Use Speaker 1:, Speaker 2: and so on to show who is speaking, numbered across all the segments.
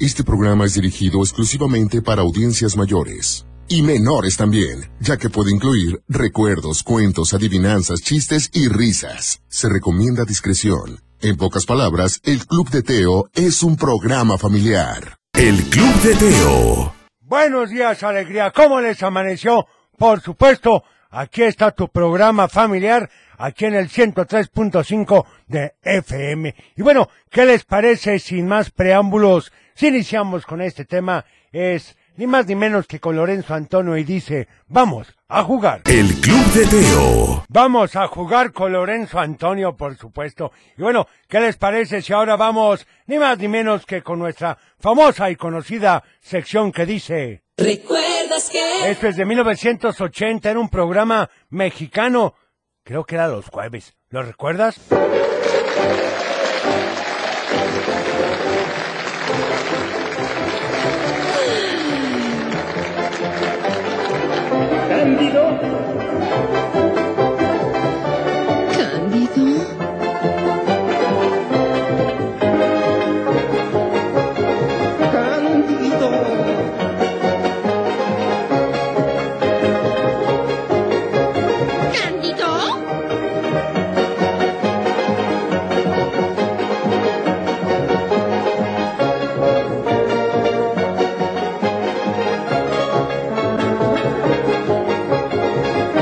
Speaker 1: Este programa es dirigido exclusivamente para audiencias mayores y menores también, ya que puede incluir recuerdos, cuentos, adivinanzas, chistes y risas. Se recomienda discreción. En pocas palabras, el Club de Teo es un programa familiar.
Speaker 2: El Club de Teo.
Speaker 3: Buenos días, alegría. ¿Cómo les amaneció? Por supuesto, aquí está tu programa familiar, aquí en el 103.5 de FM. Y bueno, ¿qué les parece sin más preámbulos? Si iniciamos con este tema, es ni más ni menos que con Lorenzo Antonio y dice, vamos a jugar.
Speaker 2: El Club de Teo.
Speaker 3: Vamos a jugar con Lorenzo Antonio, por supuesto. Y bueno, ¿qué les parece si ahora vamos ni más ni menos que con nuestra famosa y conocida sección que dice...
Speaker 4: ¿Recuerdas que?
Speaker 3: Esto Este es de 1980, era un programa mexicano. Creo que era los jueves. ¿Lo recuerdas?
Speaker 4: Cándido.
Speaker 5: Cándido,
Speaker 4: ¿Cándido?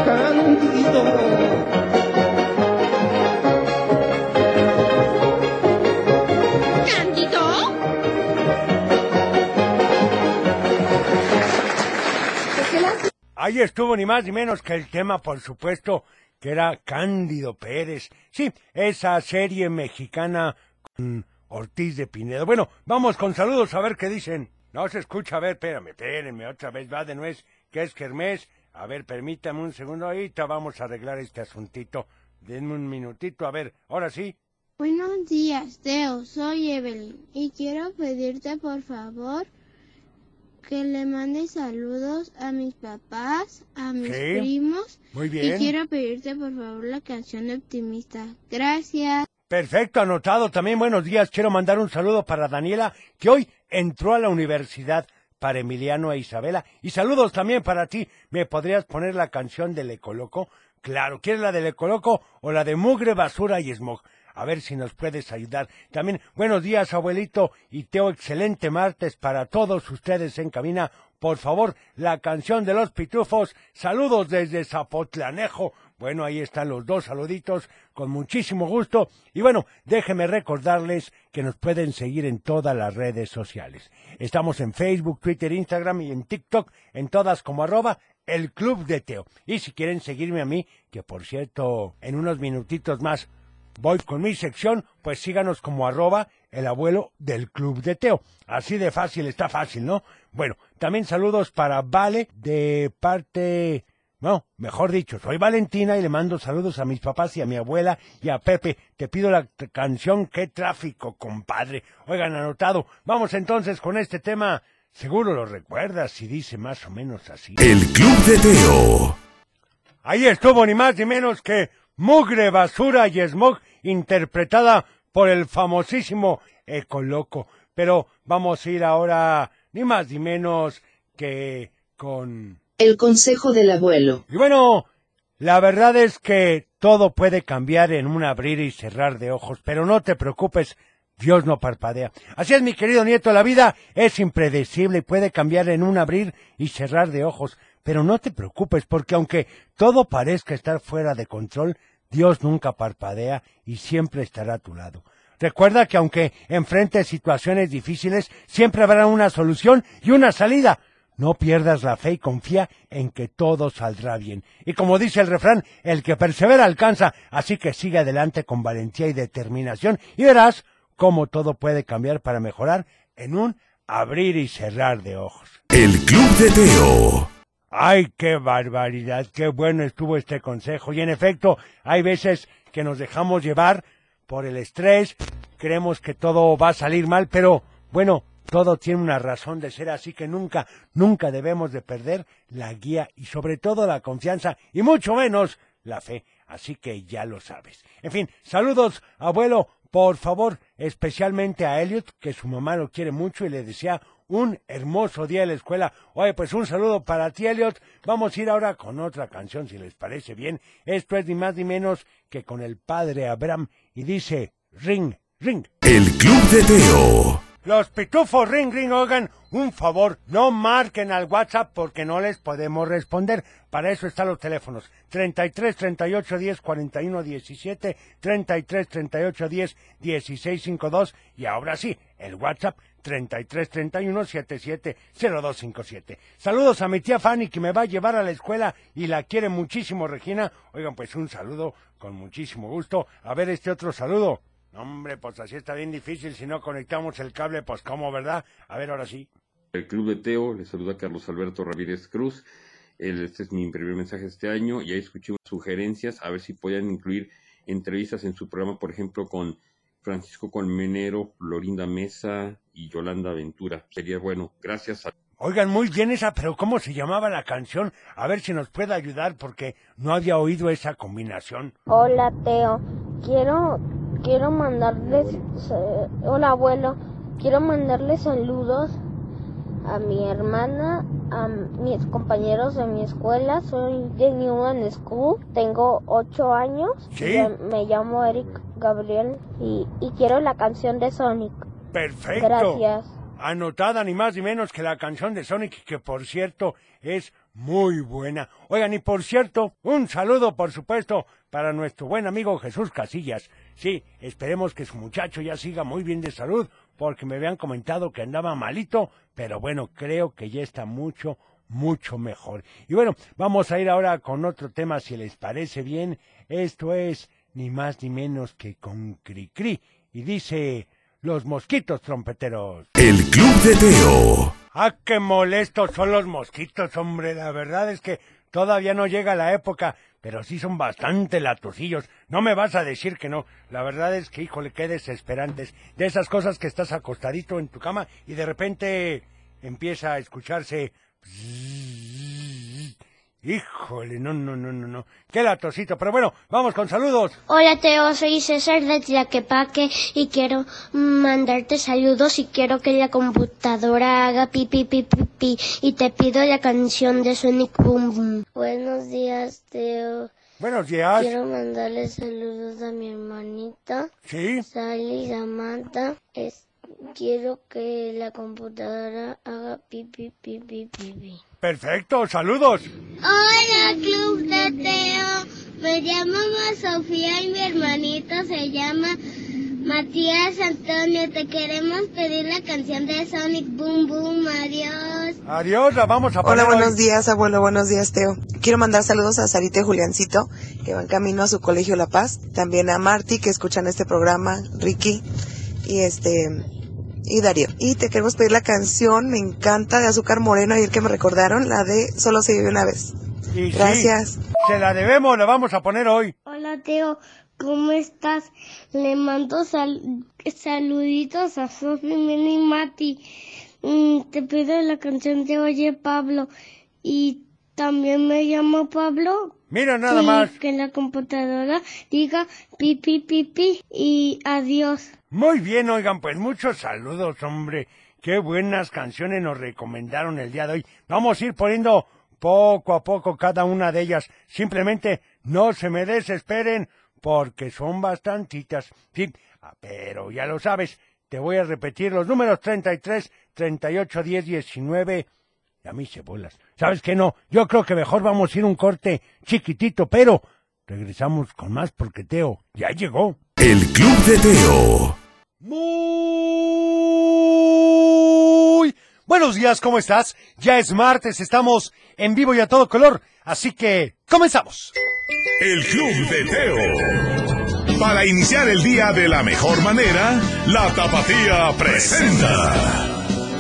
Speaker 5: Cándido,
Speaker 4: ¿Cándido?
Speaker 3: Ahí estuvo ni más ni menos que el tema, por supuesto, que era Cándido Pérez. Sí, esa serie mexicana con Ortiz de Pinedo. Bueno, vamos con saludos a ver qué dicen. No se escucha, a ver, espérame, espérenme, otra vez va de nuez, que es Kermés. A ver, permítame un segundo, ahorita vamos a arreglar este asuntito. Denme un minutito, a ver, ahora sí.
Speaker 6: Buenos días, Teo. Soy Evelyn y quiero pedirte por favor que le mandes saludos a mis papás, a mis
Speaker 3: Sí.
Speaker 6: primos
Speaker 3: Muy
Speaker 6: y quiero pedirte por favor la canción de optimista. Gracias.
Speaker 3: Perfecto, anotado. También buenos días. Quiero mandar un saludo para Daniela, que hoy entró a la universidad para Emiliano e Isabela. Y saludos también para ti. ¿Me podrías poner la canción de Le Coloco? Claro, ¿quieres la de Le Coloco o la de Mugre, Basura y Smog? A ver si nos puedes ayudar. También buenos días, abuelito y Teo. Excelente martes para todos ustedes en cabina. Por favor, la canción de los pitufos. Saludos desde Zapotlanejo. Bueno, ahí están los dos saluditos, con muchísimo gusto. Y bueno, déjenme recordarles que nos pueden seguir en todas las redes sociales. Estamos en Facebook, Twitter, Instagram y en TikTok, en todas como arroba el Club de Teo. Y si quieren seguirme a mí, que por cierto, en unos minutitos más voy con mi sección, pues síganos como arroba el abuelo del Club de Teo. Así de fácil, está fácil, ¿no? Bueno, también saludos para Vale de parte... No, mejor dicho, soy Valentina y le mando saludos a mis papás y a mi abuela y a Pepe. Te pido la t- canción Qué tráfico, compadre. Oigan, anotado. Vamos entonces con este tema. Seguro lo recuerdas si dice más o menos así.
Speaker 2: El Club de Teo.
Speaker 3: Ahí estuvo ni más ni menos que Mugre, Basura y Smog, interpretada por el famosísimo Ecoloco. Pero vamos a ir ahora ni más ni menos que con...
Speaker 7: El consejo del abuelo.
Speaker 3: Y bueno, la verdad es que todo puede cambiar en un abrir y cerrar de ojos, pero no te preocupes, Dios no parpadea. Así es, mi querido nieto, la vida es impredecible y puede cambiar en un abrir y cerrar de ojos, pero no te preocupes porque aunque todo parezca estar fuera de control, Dios nunca parpadea y siempre estará a tu lado. Recuerda que aunque enfrentes situaciones difíciles, siempre habrá una solución y una salida. No pierdas la fe y confía en que todo saldrá bien. Y como dice el refrán, el que persevera alcanza, así que sigue adelante con valentía y determinación y verás cómo todo puede cambiar para mejorar en un abrir y cerrar de ojos.
Speaker 2: El Club de Teo.
Speaker 3: ¡Ay, qué barbaridad! ¡Qué bueno estuvo este consejo! Y en efecto, hay veces que nos dejamos llevar por el estrés, creemos que todo va a salir mal, pero bueno, todo tiene una razón de ser, así que nunca, nunca debemos de perder la guía y sobre todo la confianza y mucho menos la fe. Así que ya lo sabes. En fin, saludos, abuelo, Por favor, especialmente a Elliot, que su mamá lo quiere mucho y le desea un hermoso día en la escuela. Oye, pues un saludo para ti, Elliot. Vamos a ir ahora con otra canción, si les parece bien. Esto es ni más ni menos que con el padre Abraham y dice, ring, ring.
Speaker 2: El Club de Teo.
Speaker 3: Los pitufos Ring Ring Oigan, un favor, no marquen al WhatsApp porque no les podemos responder. Para eso están los teléfonos. 33 38 10 41 17, 33 38 10 16 52 y ahora sí, el WhatsApp 33 31 77 0257. Saludos a mi tía Fanny que me va a llevar a la escuela y la quiere muchísimo Regina. Oigan, pues un saludo con muchísimo gusto. A ver este otro saludo. No, hombre, pues así está bien difícil. Si no conectamos el cable, pues cómo, ¿verdad? A ver, ahora sí.
Speaker 8: El Club de Teo, les saluda Carlos Alberto Ramírez Cruz. El- Este es mi primer mensaje de este año y ahí escuché unas sugerencias a ver si podían incluir entrevistas en su programa, por ejemplo, con Francisco Colmenero, Florinda Mesa y Yolanda Ventura. Sería bueno. Gracias. a-
Speaker 3: Oigan, muy bien esa, pero ¿cómo se llamaba la canción? A ver si nos puede ayudar porque no había oído esa combinación.
Speaker 6: Hola Teo, quiero quiero mandarles eh, hola abuelo, quiero mandarles saludos a mi hermana, a mis compañeros de mi escuela, soy de Newman School, tengo ocho años,
Speaker 3: ¿Sí?
Speaker 6: Yo- me llamo Eric Gabriel y, y quiero la canción de Sonic.
Speaker 3: Perfecto.
Speaker 6: Gracias.
Speaker 3: Anotada ni más ni menos que la canción de Sonic, que por cierto es muy buena. Oigan, y por cierto, un saludo, por supuesto, para nuestro buen amigo Jesús Casillas. Sí, esperemos que su muchacho ya siga muy bien de salud, porque me habían comentado que andaba malito, pero bueno, creo que ya está mucho, mucho mejor. Y bueno, vamos a ir ahora con otro tema, si les parece bien. Esto es ni más ni menos que con Cricri. Y dice, los mosquitos trompeteros.
Speaker 2: El Club de Teo.
Speaker 3: Ah, qué molestos son los mosquitos, hombre. La verdad es que todavía no llega la época, pero sí son bastante latosillos. No me vas a decir que no. La verdad es que, híjole, qué desesperantes. De esas cosas que estás acostadito en tu cama y de repente empieza a escucharse... Híjole, no, no, no, no, no. Qué latosito. Pero bueno, vamos con saludos.
Speaker 6: Hola Teo, soy César de Tlaquepaque y quiero mandarte saludos y quiero que la computadora haga pi pi pi pi pi y te pido la canción de Sonic Boom Boom. Buenos días Teo,
Speaker 3: Buenos días.
Speaker 6: quiero mandarle saludos a mi hermanita
Speaker 3: Sí.
Speaker 6: Sally Samantha. Es, quiero que la computadora haga pi pi pi pi pi pi.
Speaker 3: Perfecto, saludos.
Speaker 6: Hola, Club de Teo. Me llamo Sofía y mi hermanito se llama Matías Antonio. Te queremos pedir la canción de Sonic Boom Boom. Adiós.
Speaker 3: Adiós, la vamos a
Speaker 5: Hola,
Speaker 3: poner hoy.
Speaker 5: buenos días, abuelo. Buenos días, Teo. Quiero mandar saludos a Sarita y Juliancito, que van camino a su colegio La Paz. También a Marty, que escuchan este programa, Ricky y este y Darío. Y te queremos pedir la canción, me encanta, de Azúcar Moreno, ayer que me recordaron, la de Solo se vive una vez.
Speaker 3: Y sí,
Speaker 5: Gracias.
Speaker 3: se la debemos, la vamos a poner hoy.
Speaker 6: Hola, Teo. ¿Cómo estás? Le mando sal- saluditos a Sofi, Mini y Mati. Mm, te pido la canción de Oye Pablo. Y también me llamo Pablo.
Speaker 3: Mira nada
Speaker 6: Y
Speaker 3: más.
Speaker 6: Que la computadora diga pi pi pi pi y adiós.
Speaker 3: Muy bien, oigan, pues muchos saludos, hombre. Qué buenas canciones nos recomendaron el día de hoy. Vamos a ir poniendo poco a poco cada una de ellas. Simplemente no se me desesperen porque son bastantitas. Sí, ah, pero ya lo sabes, te voy a repetir los números 33, 38, 10, 19. Y a mí se bolas. ¿Sabes qué no? Yo creo que mejor vamos a ir un corte chiquitito, pero regresamos con más porque Teo ya llegó.
Speaker 2: El Club de Teo.
Speaker 9: Muy buenos días, ¿cómo estás? Ya es martes, estamos en vivo y a todo color, así que comenzamos.
Speaker 2: El Club de Teo. Para iniciar el día de la mejor manera, la Tapatía presenta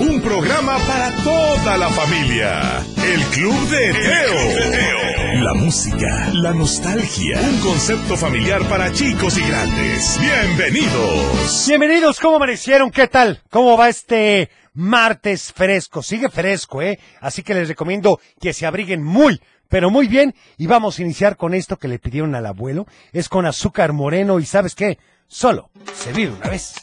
Speaker 2: un programa para toda la familia. El Club de Teo. La música, la nostalgia, un concepto familiar para chicos y grandes. Bienvenidos.
Speaker 9: Bienvenidos, ¿cómo amanecieron? ¿Qué tal? ¿Cómo va este martes fresco? Sigue fresco, ¿eh? Así que les recomiendo que se abriguen muy, pero muy bien. Y vamos a iniciar con esto que le pidieron al abuelo. Es con azúcar moreno y ¿sabes qué?
Speaker 3: solo se vive una vez.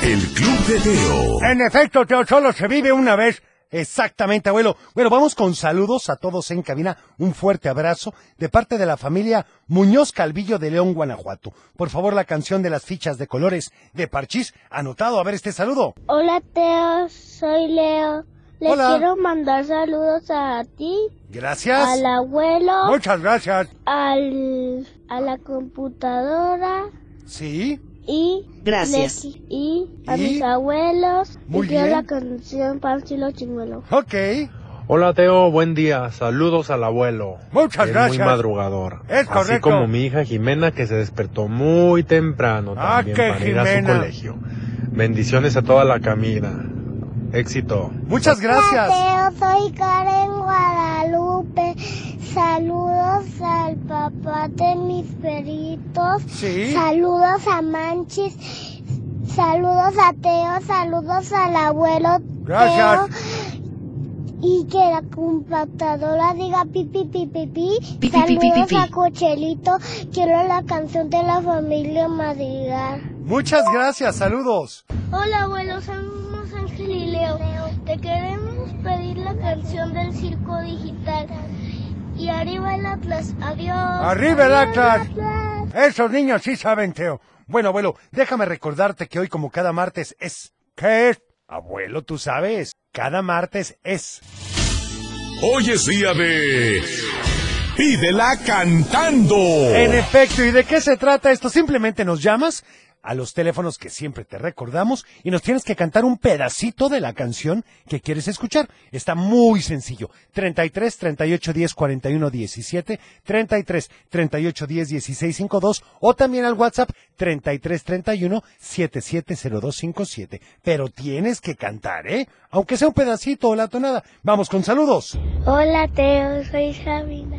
Speaker 2: El Club de Teo.
Speaker 3: En efecto, Teo, solo se vive una vez. Exactamente, abuelo. Bueno, vamos con saludos a todos en cabina. Un fuerte abrazo de parte de la familia Muñoz Calvillo de León, Guanajuato. Por favor, la canción de las fichas de colores de Parchís. Anotado, a ver este saludo.
Speaker 6: Hola Teo, soy Leo. Le
Speaker 3: Hola.
Speaker 6: quiero mandar saludos a ti,
Speaker 3: Gracias.
Speaker 6: al abuelo,
Speaker 3: Muchas gracias.
Speaker 6: al, a la computadora
Speaker 3: Sí.
Speaker 6: y
Speaker 10: Gracias.
Speaker 6: le qui- y a
Speaker 3: ¿Y?
Speaker 6: mis abuelos.
Speaker 3: Muy
Speaker 6: y quiero
Speaker 3: bien.
Speaker 6: la canción Parchilo Chimuelo.
Speaker 3: Ok.
Speaker 4: Hola Teo, buen día. Saludos al abuelo.
Speaker 3: Muchas
Speaker 4: Es
Speaker 3: gracias.
Speaker 4: Muy madrugador.
Speaker 3: Es
Speaker 4: Así
Speaker 3: correcto.
Speaker 4: como mi hija Jimena que se despertó muy temprano
Speaker 3: Ah,
Speaker 4: también
Speaker 3: que
Speaker 4: para ir a su
Speaker 3: Jimena.
Speaker 4: colegio. Bendiciones a toda la camina. Éxito.
Speaker 3: Muchas gracias.
Speaker 6: soy Karen Guadalupe. Saludos al papá de mis perritos.
Speaker 3: Sí.
Speaker 6: Saludos a Manchis. Saludos a Teo. Saludos al abuelo.
Speaker 3: Gracias.
Speaker 6: Teo. Y que la computadora diga pi pi pi pi pi.
Speaker 10: Pi, pi, pi, pi,
Speaker 6: Saludos
Speaker 10: pi,
Speaker 6: a
Speaker 10: pi.
Speaker 6: Cochelito. Quiero la canción de la familia Madrigal.
Speaker 3: Muchas gracias. Saludos.
Speaker 6: Hola abuelo, somos Ángel y Leo. Te queremos pedir la canción del circo digital. Y arriba el Atlas, adiós.
Speaker 3: Arriba el
Speaker 6: Adiós,
Speaker 3: Atlas. Esos niños sí saben, Teo. Bueno, abuelo, déjame recordarte que hoy, como cada martes, es. ¿Qué es? Abuelo, tú sabes. Cada martes es.
Speaker 2: Hoy es día de. Pídela cantando.
Speaker 3: En efecto, ¿y de qué se trata esto? Simplemente nos llamas a los teléfonos que siempre te recordamos y nos tienes que cantar un pedacito de la canción que quieres escuchar. Está muy sencillo. 33 38 10 41 17, 33 38 10 16 52 o también al WhatsApp 33 31 7702 57. Pero tienes que cantar, ¿eh? Aunque sea un pedacito o la tonada. Vamos con saludos.
Speaker 6: Hola Teo, soy Sabina.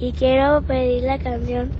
Speaker 6: Y quiero pedir la canción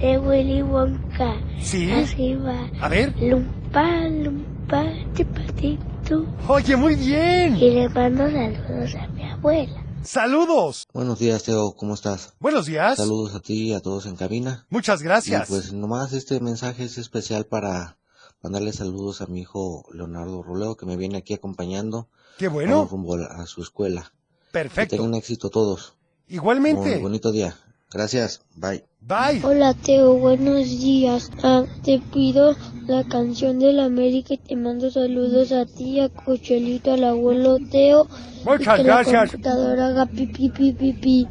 Speaker 6: de Willy Wonka.
Speaker 3: Sí.
Speaker 6: Así va.
Speaker 3: A ver.
Speaker 6: Lumpa, lumpa, chipatitu.
Speaker 3: Oye, muy bien.
Speaker 6: Y le mando saludos a mi abuela.
Speaker 3: Saludos.
Speaker 7: Buenos días, Teo, ¿cómo estás?
Speaker 3: Buenos días.
Speaker 7: Saludos a ti y a todos en cabina.
Speaker 3: Muchas Pues, gracias.
Speaker 7: Y pues nomás este mensaje es especial para mandarle saludos a mi hijo Leonardo Roleo, que me viene aquí acompañando.
Speaker 3: Qué bueno.
Speaker 7: Vamos rumbo a la- a su escuela. Que
Speaker 3: Perfecto.
Speaker 7: tengan éxito todos.
Speaker 3: Igualmente.
Speaker 7: Un bonito día. Gracias. Bye.
Speaker 3: Bye.
Speaker 6: Hola Teo, buenos días. Ah, te pido la canción de la América y te mando saludos a ti, a Cochelito, al abuelo Teo. y
Speaker 3: Muchas
Speaker 6: que La
Speaker 3: gracias.
Speaker 6: computadora haga pi, pi, pi, pi, pi.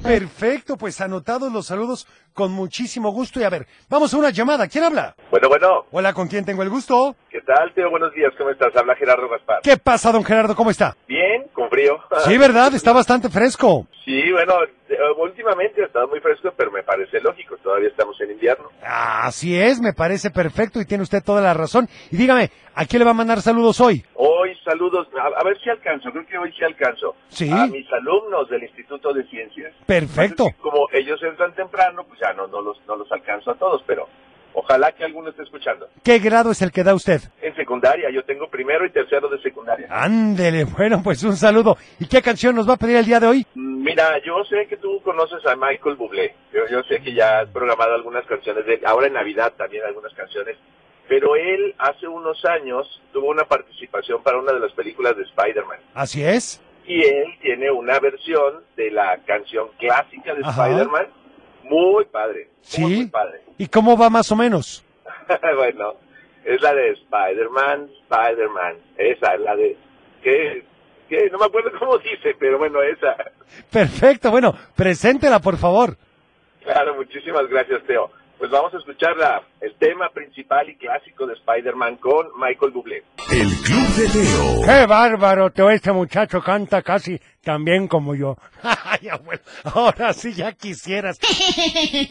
Speaker 3: Perfecto, pues anotados los saludos con muchísimo gusto. Y a ver, vamos a una llamada. ¿Quién habla?
Speaker 8: Bueno, bueno,
Speaker 3: Hola, ¿con quién tengo el gusto?
Speaker 8: ¿qué tal, Teo? Buenos días, ¿cómo estás? Habla Gerardo Gaspar.
Speaker 3: ¿Qué pasa, don Gerardo? ¿Cómo está?
Speaker 8: Bien, con frío.
Speaker 3: Sí, ¿verdad? Está bastante fresco.
Speaker 8: Sí, bueno, eh, últimamente ha estado muy fresco, pero me parece lógico, todavía estamos en invierno.
Speaker 3: Así es, me parece perfecto y tiene usted toda la razón. Y dígame, ¿a quién le va a mandar saludos hoy?
Speaker 8: Hoy saludos, a, a ver si alcanzo, creo que hoy sí alcanzo.
Speaker 3: Sí.
Speaker 8: A mis alumnos del Instituto de Ciencias.
Speaker 3: Perfecto.
Speaker 8: Como ellos entran temprano, pues ya no, no, los, no los alcanzo a todos, pero ojalá que alguno esté escuchando.
Speaker 3: ¿Qué grado es el que da usted?
Speaker 8: En secundaria, yo tengo primero y tercero de secundaria.
Speaker 3: Ándele, bueno, pues un saludo. ¿Y qué canción nos va a pedir el día de hoy?
Speaker 8: Mira, yo sé que tú conoces a Michael Bublé. Yo, yo sé que ya has programado algunas canciones de él. Ahora en Navidad también algunas canciones. Pero él hace unos años tuvo una participación para una de las películas de Spider-Man.
Speaker 3: Así es.
Speaker 8: Y él tiene una versión de la canción clásica de
Speaker 3: Ajá.
Speaker 8: Spider-Man. Muy padre. Muy,
Speaker 3: Sí.
Speaker 8: muy padre.
Speaker 3: ¿Y cómo va más o menos?
Speaker 8: bueno, es la de Spider-Man, Spider-Man. Esa, la de... que que No me acuerdo cómo dice, pero bueno, esa.
Speaker 3: Perfecto, bueno, preséntela, por favor.
Speaker 8: Claro, muchísimas gracias, Teo. Pues vamos a escuchar la- el tema principal y clásico de Spider-Man con Michael Bublé.
Speaker 2: El Club de Teo.
Speaker 3: ¡Qué bárbaro! Teo, este muchacho canta casi tan bien como yo. ¡Ay, abuelo! Ahora sí ya quisieras.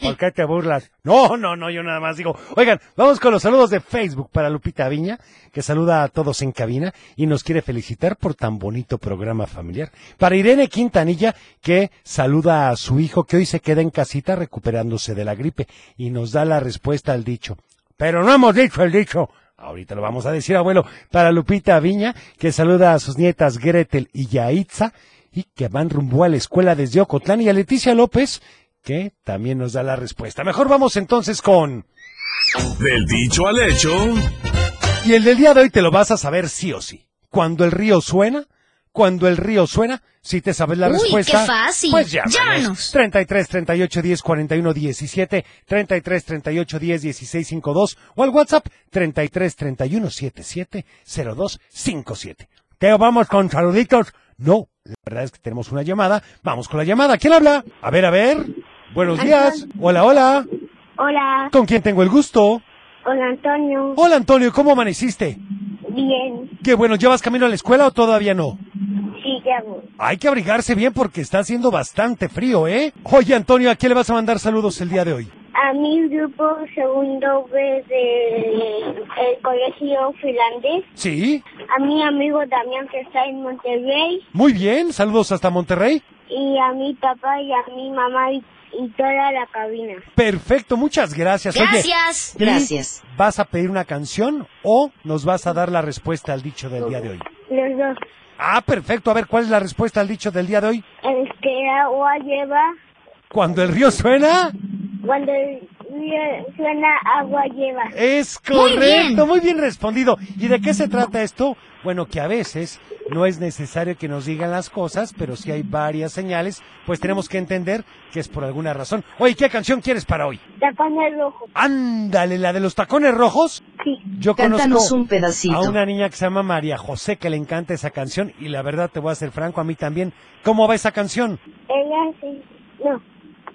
Speaker 3: ¿Por qué te burlas? No, no, no, yo nada más digo. Oigan, vamos con los saludos de Facebook para Lupita Viña, que saluda a todos en cabina y nos quiere felicitar por tan bonito programa familiar. Para Irene Quintanilla, que saluda a su hijo que hoy se queda en casita recuperándose de la gripe y nos da la respuesta al dicho. Pero no hemos dicho el dicho. Ahorita lo vamos a decir, abuelo, para Lupita Viña, que saluda a sus nietas Gretel y Yaitza, y que van rumbo a la escuela desde Ocotlán, y a Leticia López, que también nos da la respuesta. Mejor vamos entonces con...
Speaker 11: Del dicho al hecho.
Speaker 3: Y el del día de hoy te lo vas a saber sí o sí. Cuando el río suena, cuando el río suena, si te sabes la
Speaker 12: Uy,
Speaker 3: respuesta.
Speaker 12: qué fácil.
Speaker 3: Pues ya.
Speaker 12: Llámanos.
Speaker 3: 33 38 10 41 17, 33 38 10 16 52 o al WhatsApp 33 31 77 02 57. Teo, vamos con saluditos. No, la verdad es que tenemos una llamada. Vamos con la llamada. ¿Quién habla? A ver, a ver. Buenos días. Hola, hola.
Speaker 4: Hola,
Speaker 3: ¿Con quién tengo el gusto?
Speaker 4: hola Antonio.
Speaker 3: Hola, Antonio. ¿Cómo amaneciste?
Speaker 4: Bien,
Speaker 3: Qué bueno, ¿llevas camino a la escuela o todavía no?
Speaker 4: sí, ya voy.
Speaker 3: Hay que abrigarse bien porque está haciendo bastante frío, ¿eh? Oye, Antonio, ¿a quién le vas a mandar saludos el día de hoy?
Speaker 4: A mi grupo segundo B del el colegio finlandés.
Speaker 3: ¿Sí?
Speaker 4: A mi amigo Damián que está en Monterrey.
Speaker 3: Muy bien, saludos hasta Monterrey.
Speaker 4: Y a mi papá y a mi mamá y, y toda la cabina.
Speaker 3: Perfecto, muchas gracias. Oye,
Speaker 4: Gracias.
Speaker 3: ¿y
Speaker 4: Gracias.
Speaker 3: ¿Vas a pedir una canción o nos vas a dar la respuesta al dicho del día de hoy?
Speaker 4: Los dos.
Speaker 3: Ah, perfecto. A ver, ¿cuál es la respuesta al dicho del día de hoy?
Speaker 4: El que Este, agua lleva,
Speaker 3: Cuando el río suena.
Speaker 4: cuando el río suena, agua lleva.
Speaker 3: Es
Speaker 4: Muy bien.
Speaker 3: correcto, muy bien respondido. ¿Y de qué se trata esto? Bueno, que a veces no es necesario que nos digan las cosas, pero si hay varias señales, pues tenemos que entender que es por alguna razón. Oye, ¿qué canción quieres para hoy?
Speaker 4: Tapones rojos.
Speaker 3: Ándale, la de los tacones rojos.
Speaker 4: Sí.
Speaker 3: Yo
Speaker 7: Cántanos
Speaker 3: conozco
Speaker 7: un pedacito.
Speaker 3: a una niña que se llama María José que le encanta esa canción y la verdad te voy a ser franco a mí también. ¿Cómo va esa canción?
Speaker 4: Ella sí. No.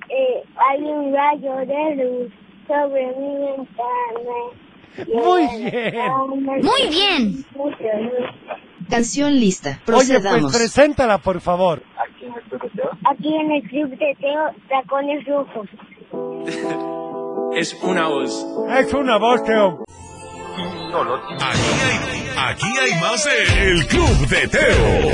Speaker 4: Eh, hay un rayo de luz sobre mi ventana.
Speaker 7: Muy
Speaker 4: bien.
Speaker 7: Muy bien. Canción lista.
Speaker 3: Oye,
Speaker 7: Procedamos.
Speaker 3: pues preséntala, por favor.
Speaker 4: Aquí en el club de Teo, tacones rojos.
Speaker 13: Es una voz.
Speaker 3: Es una voz, Teo.
Speaker 11: Aquí hay más de El Club de Teo.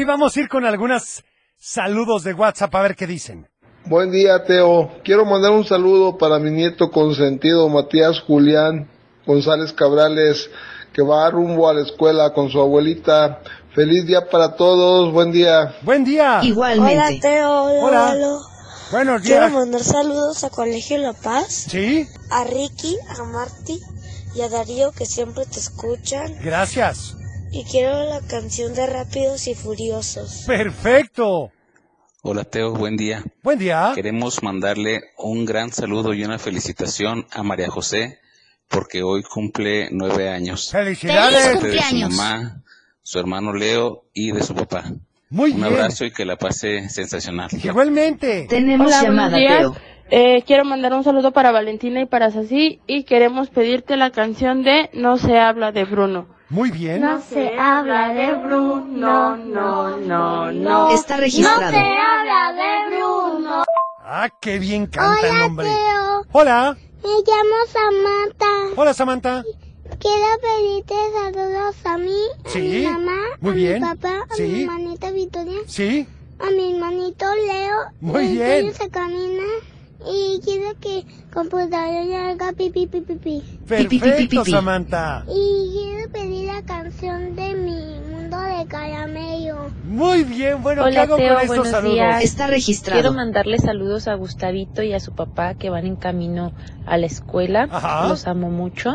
Speaker 3: Y vamos a ir con algunos saludos de WhatsApp a ver qué dicen.
Speaker 8: Buen día, Teo. Quiero mandar un saludo para mi nieto consentido, Matías Julián González Cabrales, que va rumbo a la escuela con su abuelita. Feliz día para todos. Buen día.
Speaker 3: Buen día.
Speaker 4: Hola, Teo.
Speaker 3: Hola.
Speaker 4: Hola. Lalo.
Speaker 3: Buenos
Speaker 4: Quiero
Speaker 3: días.
Speaker 4: mandar saludos a Colegio La Paz,
Speaker 3: Sí,
Speaker 4: a Ricky, a Marty y a Darío que siempre te escuchan.
Speaker 3: gracias.
Speaker 4: Y quiero la canción de Rápidos y Furiosos.
Speaker 3: Perfecto.
Speaker 2: Hola Teo, buen día.
Speaker 3: Buen día.
Speaker 2: Queremos mandarle un gran saludo y una felicitación a María José porque hoy cumple nueve años. De
Speaker 3: Felicidades.
Speaker 2: parte de su
Speaker 3: cumpleaños.
Speaker 2: mamá, su hermano Leo y de su papá.
Speaker 3: Muy
Speaker 2: un
Speaker 3: bien.
Speaker 2: abrazo y que la pase sensacional.
Speaker 3: Igualmente.
Speaker 14: Tenemos Hola, buenos llamada, días. Teo. Eh, quiero mandar un saludo para Valentina y para Sassi y queremos pedirte la canción de No se habla de Bruno.
Speaker 3: Muy bien.
Speaker 14: se habla de Bruno, no, no,
Speaker 7: no. Está registrado. No se
Speaker 14: habla de Bruno.
Speaker 3: Ah, qué bien canta el hombre. Hola.
Speaker 6: Me llamo Samantha.
Speaker 3: Hola, Samantha.
Speaker 6: Quiero pedirte saludos a mí,
Speaker 3: Sí,
Speaker 6: a mi mamá,
Speaker 3: muy
Speaker 6: a
Speaker 3: bien.
Speaker 6: mi papá, a
Speaker 3: Sí.
Speaker 6: mi hermanita Victoria,
Speaker 3: Sí.
Speaker 6: a mi hermanito Leo.
Speaker 3: Muy
Speaker 6: y
Speaker 3: bien.
Speaker 6: Antonio se camina y quiero que computadora le haga pipi pipi pipi.
Speaker 3: Perfecto, Samantha.
Speaker 6: Y quiero pedir la canción de mi mundo de caramelo.
Speaker 3: Muy bien, bueno, ¿qué
Speaker 15: Hola
Speaker 3: hago
Speaker 15: Teo,
Speaker 3: con estos
Speaker 15: buenos
Speaker 3: saludos?
Speaker 15: días. Quiero mandarle saludos a Gustavito y a su papá que van en camino a la escuela.
Speaker 3: Ajá.
Speaker 15: Los amo mucho.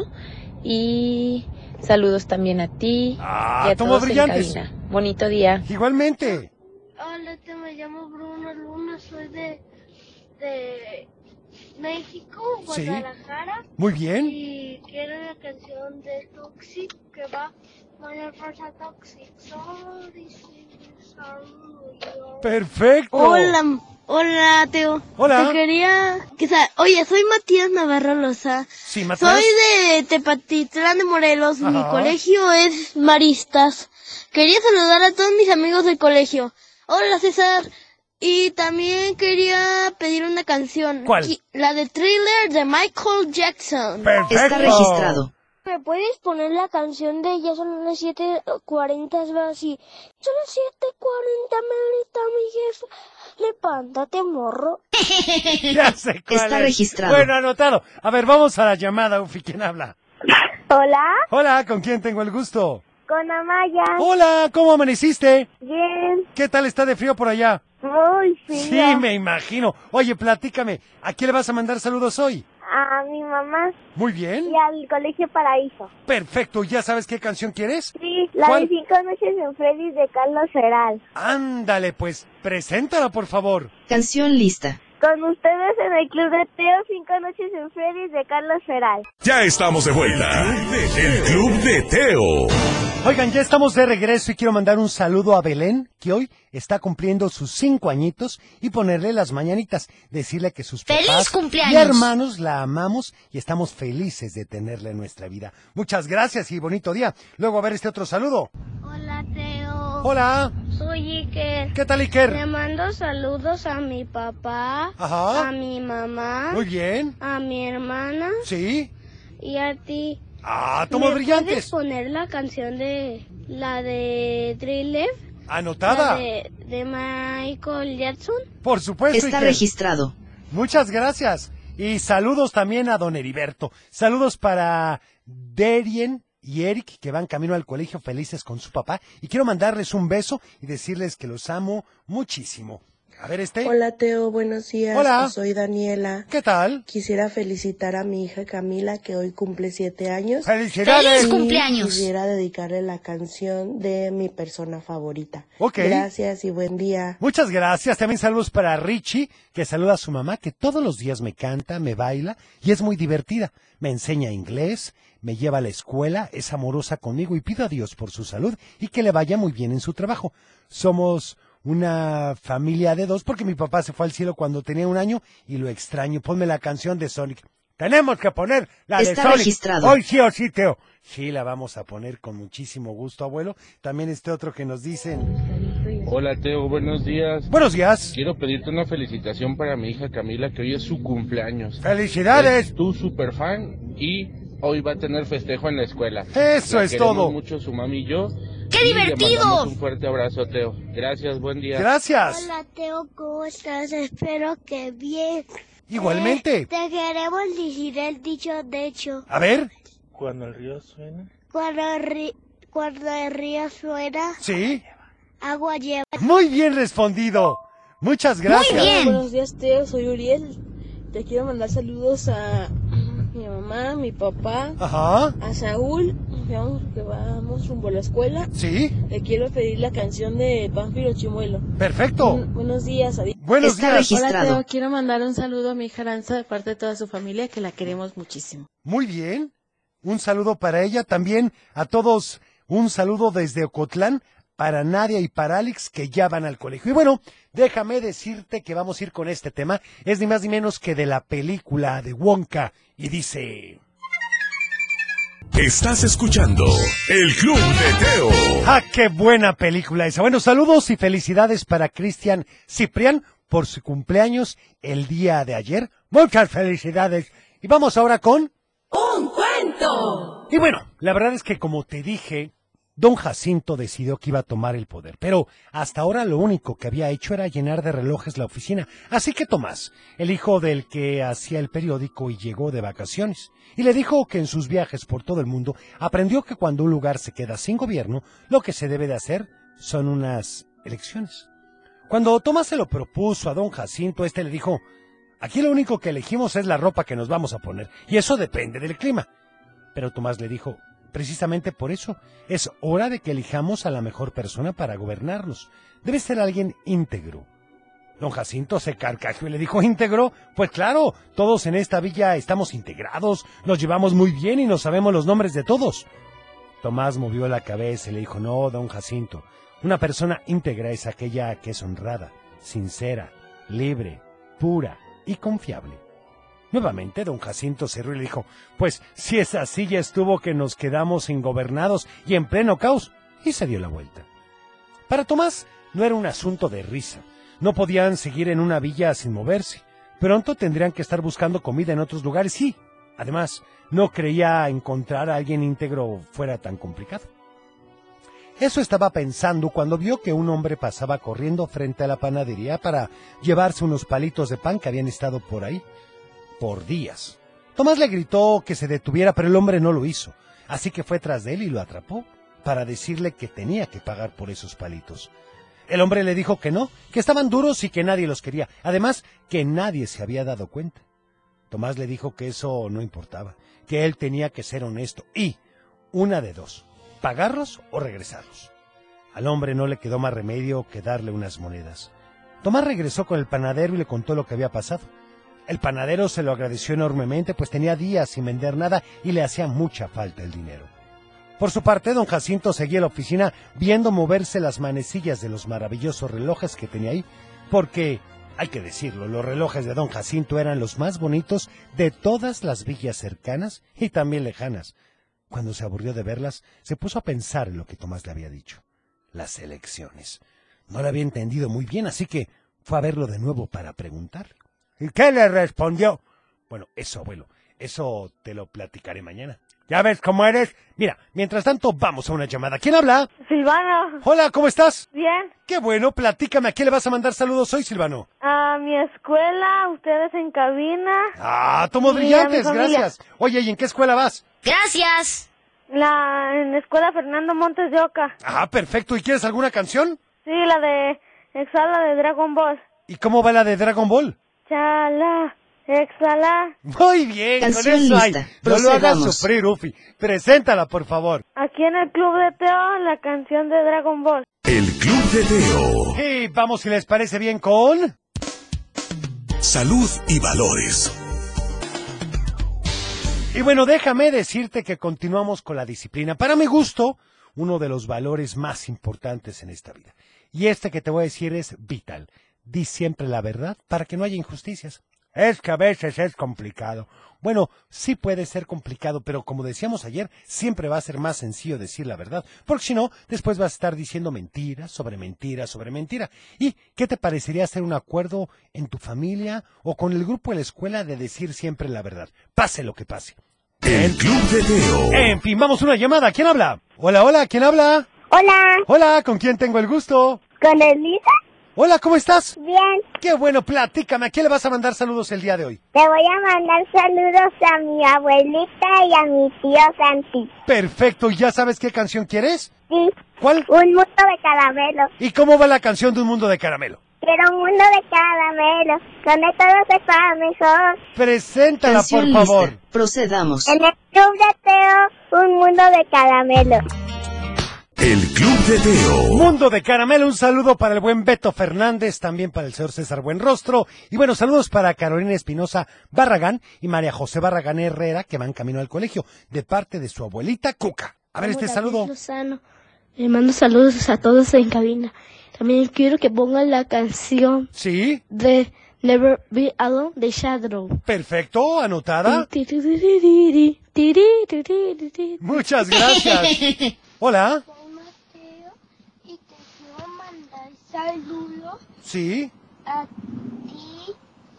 Speaker 15: Y saludos también a ti
Speaker 3: Ah,
Speaker 15: y a
Speaker 3: tomo
Speaker 15: todos
Speaker 3: brillantes.
Speaker 15: en cabina. Bonito día.
Speaker 3: Igualmente.
Speaker 6: Hola, te me llamo Bruno Luna, soy de, de México,
Speaker 3: Sí.
Speaker 6: Guadalajara.
Speaker 3: Muy bien.
Speaker 6: Y quiero la canción de Toxic que va Mayor Fuerza Toxic. Sorry, sorry, sorry.
Speaker 3: Oh. Perfecto.
Speaker 6: Hola, hola, Teo.
Speaker 3: Hola.
Speaker 6: Te quería... que sa- Oye, soy Matías Navarro Loza.
Speaker 3: Sí, Matías.
Speaker 6: Soy de Tepatitlán de Morelos. Mi
Speaker 3: Ajá.
Speaker 6: colegio es Maristas. Quería saludar a todos mis amigos del colegio. Hola, César. Y también quería pedir una canción.
Speaker 7: ¿Cuál?
Speaker 6: Qui- La de Thriller de Michael Jackson.
Speaker 7: Perfecto. Está registrado.
Speaker 6: ¿Me puedes poner la canción de Ya son las 7.40? Va así. Son las 7.40, me grita mi jefa. Levántate, morro.
Speaker 3: Ya sé cuál
Speaker 6: Está
Speaker 3: es.
Speaker 6: registrado.
Speaker 3: Bueno, anotado. A ver, vamos a la llamada, Ufi, ¿quién habla?
Speaker 6: Hola,
Speaker 3: Hola, ¿con quién tengo el gusto?
Speaker 6: con Amaya.
Speaker 3: Hola, ¿cómo amaneciste?
Speaker 6: Bien,
Speaker 3: ¿Qué tal está de frío por allá?
Speaker 6: muy
Speaker 3: Sí, me imagino. Oye, platícame, ¿a quién le vas a mandar saludos hoy?
Speaker 16: a mi mamá
Speaker 3: Muy bien.
Speaker 16: y al Colegio Paraíso.
Speaker 3: Perfecto. ¿Ya sabes qué canción quieres?
Speaker 16: Sí, la
Speaker 3: ¿Cuál?
Speaker 16: de Cinco Noches en Freddy's de Carlos Heral.
Speaker 3: Ándale, pues, preséntala, por favor.
Speaker 10: Canción lista.
Speaker 16: Con ustedes en el Club de Teo, Cinco Noches en Freddy's de Carlos Heral.
Speaker 2: Ya estamos de vuelta. El Club de Teo.
Speaker 3: Oigan, ya estamos de regreso y quiero mandar un saludo a Belén, que hoy está cumpliendo sus cinco añitos, y ponerle las mañanitas, decirle que sus
Speaker 17: ¡Feliz
Speaker 3: papás y
Speaker 17: cumpleaños!
Speaker 3: hermanos la amamos y estamos felices de tenerla en nuestra vida. Muchas gracias y bonito día. Luego a ver este otro saludo.
Speaker 18: Hola, Teo.
Speaker 3: Hola.
Speaker 18: Soy Iker.
Speaker 3: ¿Qué tal, Iker?
Speaker 18: Le mando saludos a mi papá,
Speaker 3: Ajá.
Speaker 18: a mi mamá,
Speaker 3: Muy bien.
Speaker 18: a mi hermana
Speaker 3: Sí.
Speaker 18: y a ti.
Speaker 3: Ah, tomo
Speaker 18: ¿Me puedes
Speaker 3: brillantes.
Speaker 18: poner la canción de la de Thriller?
Speaker 3: Anotada.
Speaker 18: La de, de Michael Jackson.
Speaker 3: Por supuesto.
Speaker 18: Está
Speaker 10: registrado.
Speaker 3: Muchas gracias. Y saludos también a don Heriberto. Saludos para Derien y Eric que van camino al colegio felices con su papá. Y quiero mandarles un beso y decirles que los amo muchísimo. A ver este.
Speaker 19: Hola Teo, buenos días.
Speaker 3: Hola.
Speaker 19: Soy Daniela.
Speaker 3: ¿Qué tal?
Speaker 19: Quisiera felicitar a mi hija Camila que hoy cumple siete años.
Speaker 3: ¡Felicidades! ¡Feliz
Speaker 19: Y
Speaker 3: cumpleaños!
Speaker 19: Quisiera dedicarle la canción de mi persona favorita.
Speaker 3: Ok.
Speaker 19: Gracias y buen día.
Speaker 3: Muchas gracias. También saludos para Richie, que saluda a su mamá, que todos los días me canta, me baila y es muy divertida. Me enseña inglés, me lleva a la escuela, es amorosa conmigo y pido a Dios por su salud y que le vaya muy bien en su trabajo. Somos una familia de dos porque mi papá se fue al cielo cuando tenía un año y lo extraño. Ponme la canción de Sonic. Tenemos que poner la de
Speaker 10: Está
Speaker 3: Sonic.
Speaker 10: registrado.
Speaker 3: Hoy sí o sí, Teo. Sí, la vamos a poner con muchísimo gusto, abuelo. También este otro que nos dicen.
Speaker 20: Hola Teo, buenos días.
Speaker 3: Buenos días.
Speaker 20: Quiero pedirte una felicitación para mi hija Camila, que hoy es su cumpleaños.
Speaker 3: ¡Felicidades!
Speaker 20: Es tu super fan y hoy va a tener festejo en la escuela.
Speaker 3: Eso
Speaker 20: La
Speaker 3: es
Speaker 20: queremos
Speaker 3: todo.
Speaker 20: mucho su mami y yo.
Speaker 3: ¡Qué
Speaker 20: Y le
Speaker 3: divertido!
Speaker 20: mandamos Un fuerte abrazo, Teo. Gracias, buen día.
Speaker 16: Hola, Teo, ¿cómo estás? Espero que bien.
Speaker 20: Igualmente.
Speaker 16: Eh, te queremos decir el dicho de hecho.
Speaker 3: A ver.
Speaker 20: Cuando el río suena.
Speaker 16: Cuando el, ri- cuando el río suena,
Speaker 3: Sí.
Speaker 16: agua lleva.
Speaker 3: Muy bien respondido. Muchas gracias.
Speaker 5: Buenos días, Teo. Soy Uriel. Te quiero mandar saludos a mi mamá, mi papá,
Speaker 3: Ajá.
Speaker 5: a Saúl, que vamos, que vamos rumbo a la escuela.
Speaker 3: Sí.
Speaker 5: Te quiero pedir la canción de Pánfilo Chimuelo.
Speaker 3: Perfecto.
Speaker 5: Bu- buenos días, adiós.
Speaker 3: Buenos Está días. registrado.
Speaker 5: Hola, Teo. Quiero mandar un saludo a mi hija Aranza de parte de toda su familia, que la queremos muchísimo.
Speaker 3: Muy bien. Un saludo para ella. También a todos un saludo desde Ocotlán para Nadia y para Alex que ya van al colegio. Y bueno, déjame decirte que vamos a ir con este tema. Es ni más ni menos que de la película de Wonka. Y dice...
Speaker 2: Estás escuchando El Club de Teo.
Speaker 3: ¡Ah, qué buena película esa! Bueno, saludos y felicidades para Cristian Ciprián por su cumpleaños el día de ayer. Muchas felicidades. Y vamos ahora con...
Speaker 21: ¡Un cuento!
Speaker 3: Y bueno, la verdad es que como te dije, don Jacinto decidió que iba a tomar el poder, pero hasta ahora lo único que había hecho era llenar de relojes la oficina. Así que Tomás, el hijo del que hacía el periódico y llegó de vacaciones, y le dijo que en sus viajes por todo el mundo aprendió que cuando un lugar se queda sin gobierno, lo que se debe de hacer son unas elecciones. Cuando Tomás se lo propuso a don Jacinto, este le dijo, aquí lo único que elegimos es la ropa que nos vamos a poner, y eso depende del clima. Pero Tomás le dijo, precisamente por eso, es hora de que elijamos a la mejor persona para gobernarnos. Debe ser alguien íntegro. Don Jacinto se carcajeó y le dijo, ¿íntegro? Pues claro, todos en esta villa estamos integrados, nos llevamos muy bien y nos sabemos los nombres de todos. Tomás movió la cabeza y le dijo, no, don Jacinto, una persona íntegra es aquella que es honrada, sincera, libre, pura y confiable. Nuevamente, don Jacinto cerró y le dijo, pues si es así ya estuvo que nos quedamos ingobernados y en pleno caos, y se dio la vuelta. Para Tomás no era un asunto de risa. No podían seguir en una villa sin moverse. Pronto tendrían que estar buscando comida en otros lugares y, además, no creía encontrar a alguien íntegro fuera tan complicado. Eso estaba pensando cuando vio que un hombre pasaba corriendo frente a la panadería para llevarse unos palitos de pan que habían estado por ahí por días. Tomás le gritó que se detuviera, pero el hombre no lo hizo, así que fue tras de él y lo atrapó para decirle que tenía que pagar por esos palitos. El hombre le dijo que no, que estaban duros y que nadie los quería, además que nadie se había dado cuenta. Tomás le dijo que eso no importaba, que él tenía que ser honesto y, una de dos, pagarlos o regresarlos. Al hombre no le quedó más remedio que darle unas monedas. Tomás regresó con el panadero y le contó lo que había pasado. El panadero se lo agradeció enormemente, pues tenía días sin vender nada y le hacía mucha falta el dinero. Por su parte, don Jacinto seguía la oficina viendo moverse las manecillas de los maravillosos relojes que tenía ahí, porque, hay que decirlo, los relojes de don Jacinto eran los más bonitos de todas las villas cercanas y también lejanas. Cuando se aburrió de verlas, se puso a pensar en lo que Tomás le había dicho. Las elecciones. No lo había entendido muy bien, así que fue a verlo de nuevo para preguntarle.
Speaker 22: ¿Y qué le respondió?
Speaker 3: Bueno, eso, abuelo, eso te lo platicaré mañana.
Speaker 22: ¿Ya ves cómo eres?
Speaker 3: Mira, mientras tanto, vamos a una llamada. ¿Quién habla?
Speaker 4: Silvano.
Speaker 3: Hola, ¿cómo estás?
Speaker 4: Bien.
Speaker 3: Qué bueno, platícame, ¿a quién le vas a mandar saludos hoy, Silvano?
Speaker 4: A mi escuela, a ustedes en cabina.
Speaker 3: Ah, tomos
Speaker 4: Y a
Speaker 3: brillantes,
Speaker 4: mi familia.
Speaker 3: gracias. Oye, ¿y en qué escuela vas?
Speaker 4: Gracias. La, en la escuela Fernando Montes de Oca.
Speaker 3: Ah, perfecto, ¿y quieres alguna canción?
Speaker 4: Sí, la de Exhala de Dragon Ball.
Speaker 3: ¿Y cómo va la de Dragon Ball?
Speaker 4: Chala, exhala.
Speaker 3: Muy bien,
Speaker 4: Canción
Speaker 3: con eso hay.
Speaker 4: lista.
Speaker 3: No lo hagas
Speaker 4: Procedamos.
Speaker 3: sufrir, Ufi. Preséntala, por favor.
Speaker 4: Aquí en el Club de Teo, la canción de Dragon Ball.
Speaker 2: El Club de Teo.
Speaker 3: Y vamos, si les parece bien, con...
Speaker 2: Salud y valores.
Speaker 3: Y bueno, déjame decirte que continuamos con la disciplina. Para mi gusto, uno de los valores más importantes en esta vida. Y este que te voy a decir es vital. Di siempre la verdad para que no haya injusticias.
Speaker 22: Es que a veces es complicado.
Speaker 3: Bueno, sí puede ser complicado, pero como decíamos ayer, siempre va a ser más sencillo decir la verdad, porque si no, después vas a estar diciendo mentira sobre mentira sobre mentira. ¿Y qué te parecería hacer un acuerdo en tu familia o con el grupo de la escuela de decir siempre la verdad, pase lo que pase?
Speaker 2: El Club de Teo.
Speaker 3: En fin, vamos a una llamada. ¿Quién habla? Hola, hola, ¿quién habla?
Speaker 4: Hola.
Speaker 3: Hola, ¿con quién tengo el gusto?
Speaker 4: Con Elisa.
Speaker 3: Hola, ¿cómo estás?
Speaker 4: Bien.
Speaker 3: Qué bueno, platícame, ¿a quién le vas a mandar saludos el día de hoy?
Speaker 4: Te voy a mandar saludos a mi abuelita y a mi tío Santi.
Speaker 3: Perfecto, ¿y ¿ya sabes qué canción quieres?
Speaker 4: Sí.
Speaker 3: ¿Cuál?
Speaker 4: Un mundo de caramelos.
Speaker 3: ¿Y cómo va la canción de Un Mundo de Caramelo?
Speaker 4: Quiero un mundo de caramelos, donde todo sepa mejor.
Speaker 3: Preséntala,
Speaker 4: Canción
Speaker 3: por favor.
Speaker 4: lista.
Speaker 23: Procedamos.
Speaker 4: En el club de Teo, un mundo de caramelos.
Speaker 2: El Club de Teo.
Speaker 3: Mundo de Caramelo, un saludo para el buen Beto Fernández, también para el señor César Buenrostro. Y bueno, saludos para Carolina Espinosa Barragán y María José Barragán Herrera, que van camino al colegio, de parte de su abuelita Cuca. A ver este saludo.
Speaker 24: Lozano. Le mando saludos a todos en cabina. También quiero que pongan la canción
Speaker 3: ¿Sí?
Speaker 24: de Never Be Alone de Shadow.
Speaker 3: Perfecto, anotada.
Speaker 24: Tiriririririri, tiriririririri.
Speaker 3: Muchas gracias. Hola.
Speaker 6: Saludos
Speaker 3: Sí.
Speaker 6: a ti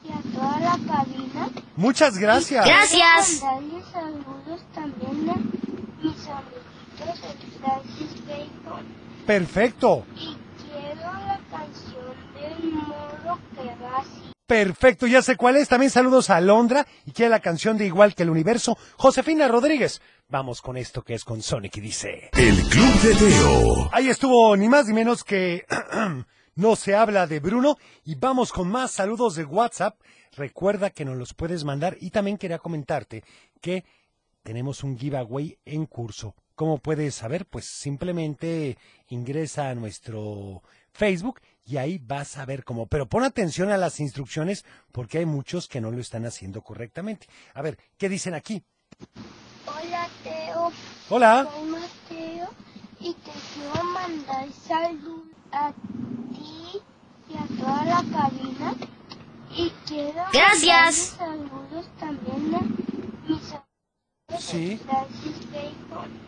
Speaker 6: y a toda la cabina.
Speaker 3: Muchas gracias.
Speaker 6: Quiero mandarle saludos también a mis amiguitos de Francis Bacon.
Speaker 3: Perfecto.
Speaker 6: Y quiero la canción del moro que va así.
Speaker 3: Perfecto, ya sé cuál es. También saludos a Alondra y quiere la canción de Igual que el Universo, Josefina Rodríguez. Vamos con esto que es con Sonic y dice.
Speaker 2: El Club de Teo.
Speaker 3: Ahí estuvo ni más ni menos que No se habla de Bruno y vamos con más saludos de WhatsApp. Recuerda que nos los puedes mandar y también quería comentarte que tenemos un giveaway en curso. ¿Cómo puedes saber? Pues simplemente ingresa a nuestro Facebook y ahí vas a ver cómo. Pero pon atención a las instrucciones porque hay muchos que no lo están haciendo correctamente. A ver, ¿qué dicen aquí?
Speaker 6: Hola Teo.
Speaker 3: Hola.
Speaker 6: Soy Mateo y te quiero mandar saludos a ti y a toda la cabina. Y quiero
Speaker 7: Gracias.
Speaker 6: mandarle saludos también a mis amigos de
Speaker 3: Sí.
Speaker 6: Francis Bacon.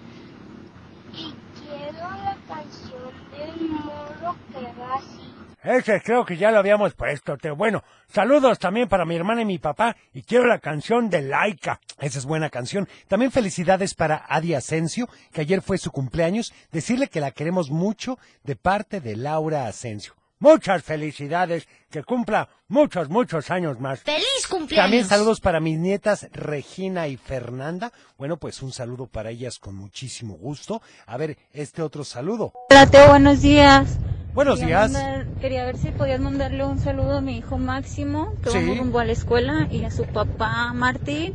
Speaker 6: Y quiero la canción del moro que va así.
Speaker 22: Ese creo que ya lo habíamos puesto, pero bueno, saludos también para mi hermana y mi papá y quiero la canción de Laika.
Speaker 3: Esa es buena canción. También felicidades para Adi Asensio, que ayer fue su cumpleaños. Decirle que la queremos mucho de parte de Laura Asensio.
Speaker 22: Muchas felicidades, que cumpla muchos, muchos años más.
Speaker 7: ¡Feliz cumpleaños!
Speaker 3: También saludos para mis nietas Regina y Fernanda. Bueno, pues un saludo para ellas con muchísimo gusto. A ver, este otro saludo.
Speaker 25: Hola, Teo, buenos días.
Speaker 3: Buenos
Speaker 25: Quería
Speaker 3: días.
Speaker 25: mandar
Speaker 5: Quería ver si podías mandarle un saludo a mi hijo Máximo, que va
Speaker 26: Sí.
Speaker 5: rumbo a la escuela, y a su papá Martín,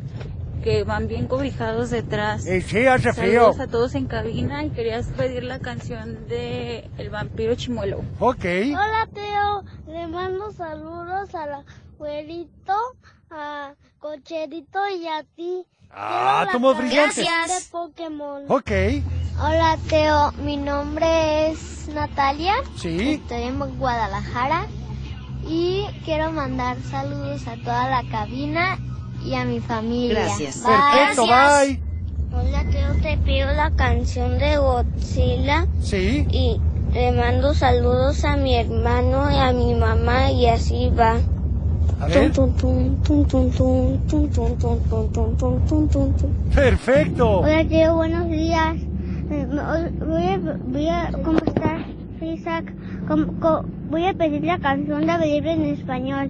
Speaker 5: que van bien cobijados detrás.
Speaker 26: Y sí, hace
Speaker 5: Saludos
Speaker 26: frío.
Speaker 5: a todos en cabina y querías pedir la canción de El vampiro chimuelo.
Speaker 26: Ok.
Speaker 6: Hola, Teo. Le mando saludos al abuelito, a Cocherito y a ti.
Speaker 26: Ah,
Speaker 6: Quiero
Speaker 26: tú
Speaker 6: la
Speaker 26: muy
Speaker 6: canción
Speaker 26: brillante.
Speaker 6: de Pokémon.
Speaker 26: Ok.
Speaker 6: Hola, Teo. Mi nombre es Natalia.
Speaker 26: Sí.
Speaker 6: Estoy en Guadalajara. Y quiero mandar saludos a toda la cabina y a mi familia.
Speaker 27: Gracias.
Speaker 6: Bye.
Speaker 27: Perfecto, Gracias.
Speaker 6: Hola, Teo. Te pido la canción de Godzilla.
Speaker 26: Sí.
Speaker 6: Y le mando saludos a mi hermano y a mi mamá y así va.
Speaker 26: A
Speaker 3: ¿Eh?
Speaker 26: ver.
Speaker 6: Tum, tum, tum, tum, tum, tum, tum, tum, tum, tum, tum, tum, tum, tum.
Speaker 26: Perfecto.
Speaker 6: Hola, tío, buenos días. Eh, me- hoy- Voy a, voy a, ¿cómo estás, Isaac? ¿Cómo- co- voy a pedir la canción de Abelib en español.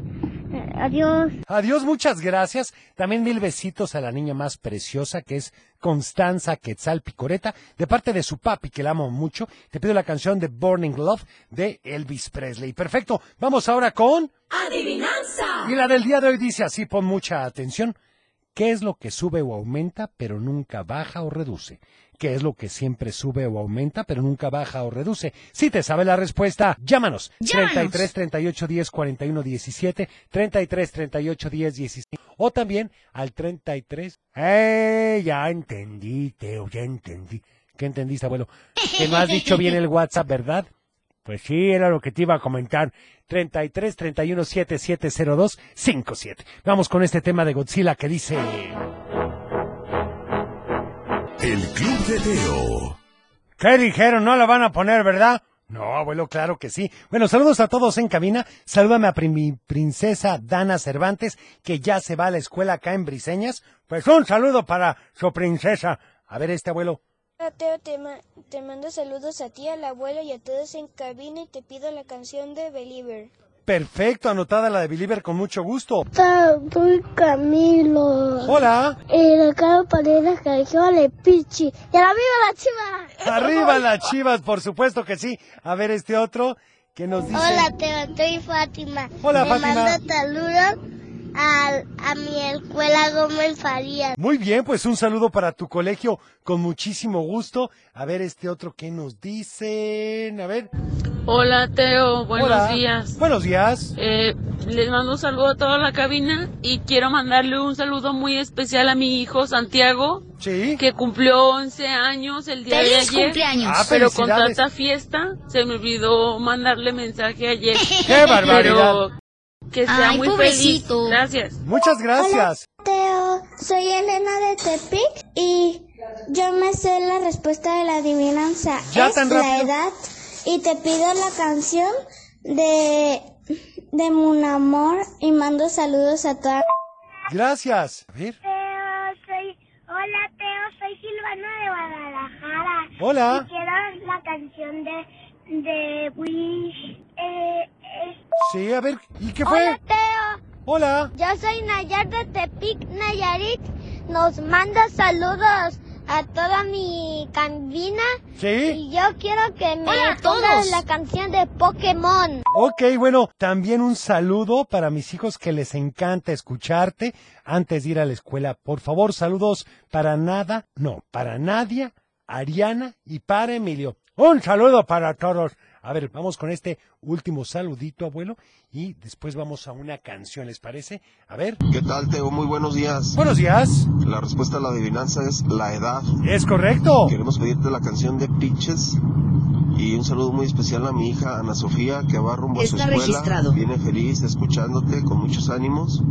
Speaker 6: Eh, Adiós.
Speaker 3: Adiós, muchas gracias. También mil besitos a la niña más preciosa que es Constanza Quetzal Picoreta, de parte de su papi, que la amo mucho. Te pido la canción de Burning Love de Elvis Presley. Perfecto, vamos ahora con...
Speaker 28: Adivinanza.
Speaker 3: Y la del día de hoy dice así, pon mucha atención. ¿Qué es lo que sube o aumenta pero nunca baja o reduce? ¿Qué es lo que siempre sube o aumenta pero nunca baja o reduce? Si te sabe la respuesta, llámanos.
Speaker 27: Llámanos.
Speaker 3: 33 38 10 41 17, 33 38 10 16 o también al 33. ¡Eh! Ya entendí, Teo, ya entendí. ¿Qué entendiste, abuelo? Que no has dicho bien el WhatsApp, ¿verdad? Pues sí, era lo que te iba a comentar. 33 31 7702 57. Vamos con este tema de Godzilla que dice.
Speaker 2: El Club de Teo.
Speaker 3: ¿Qué dijeron? No la van a poner, ¿verdad? No, abuelo, claro que sí. Bueno, saludos a todos en cabina. Salúdame a pri- mi princesa Dana Cervantes, que ya se va a la escuela acá en Briseñas. Pues un saludo para su princesa. A ver, este abuelo.
Speaker 4: Hola Teo, te, ma- te mando saludos a ti, al abuelo y a todos en cabina y te pido la canción de Believer.
Speaker 3: Perfecto, anotada la de Believer con mucho gusto.
Speaker 4: Soy Camilo.
Speaker 3: Hola.
Speaker 4: El acabo poner la canción de Pichi. ¡Y a la viva la chiva!
Speaker 3: Arriba las chivas, por supuesto que sí. A ver, este otro que nos dice.
Speaker 4: Hola,
Speaker 6: Teo, soy Fátima.
Speaker 3: Hola, Le Fátima. mando
Speaker 6: saludos a, a mi escuela Gómez Farías.
Speaker 3: Muy bien, pues un saludo para tu colegio con muchísimo gusto. A ver este otro que nos dicen. A ver.
Speaker 7: Hola Teo, buenos
Speaker 3: Hola.
Speaker 7: días.
Speaker 3: Buenos días.
Speaker 7: Eh, les mando un saludo a toda la cabina y quiero mandarle un saludo muy especial a mi hijo Santiago, que cumplió 11 años el día de
Speaker 27: ¡Feliz
Speaker 7: ayer.
Speaker 27: cumpleaños! Ah,
Speaker 7: pero con
Speaker 27: felicidades.
Speaker 7: tanta fiesta se me olvidó mandarle mensaje ayer.
Speaker 3: ¡Qué barbaridad!
Speaker 7: Pero que sea
Speaker 4: Ay,
Speaker 7: muy
Speaker 4: pobrecito.
Speaker 7: feliz. Gracias.
Speaker 3: Muchas gracias.
Speaker 4: Teo, soy Elena de Tepic y yo me sé la respuesta de la adivinanza.
Speaker 3: Ya
Speaker 4: es
Speaker 3: tan
Speaker 4: la
Speaker 3: rápido.
Speaker 4: edad y te pido la canción de de Munamor y mando saludos a toda
Speaker 3: Gracias. A ver.
Speaker 29: soy, hola Teo, soy Silvana de Guadalajara.
Speaker 3: Hola.
Speaker 29: Y quiero la canción de, de Wish. Eh, eh.
Speaker 3: Sí, a ver. ¿Y qué fue?
Speaker 29: Hola Teo,
Speaker 3: Hola.
Speaker 6: Yo soy Nayar de Tepic, Nayarit. Nos manda saludos a toda mi cabina.
Speaker 3: Sí.
Speaker 6: Y yo quiero que me
Speaker 4: Hola a
Speaker 6: pongan
Speaker 4: todos.
Speaker 6: la canción de Pokémon.
Speaker 3: Ok, bueno, también un saludo para mis hijos que les encanta escucharte antes de ir a la escuela. Por favor, saludos para nada, no, para Nadia, Ariana y para Emilio. Un saludo para todos. A ver, vamos con este último saludito, abuelo, y después vamos a una canción, ¿les parece? A ver.
Speaker 8: ¿Qué tal, Teo? Muy buenos días.
Speaker 3: Buenos días.
Speaker 8: La respuesta a la adivinanza es la edad.
Speaker 3: Es correcto.
Speaker 8: Queremos pedirte la canción de Pitches y un saludo muy especial a mi hija Ana Sofía que va rumbo a
Speaker 27: Está
Speaker 8: su escuela.
Speaker 27: registrado.
Speaker 8: Viene feliz escuchándote con muchos ánimos.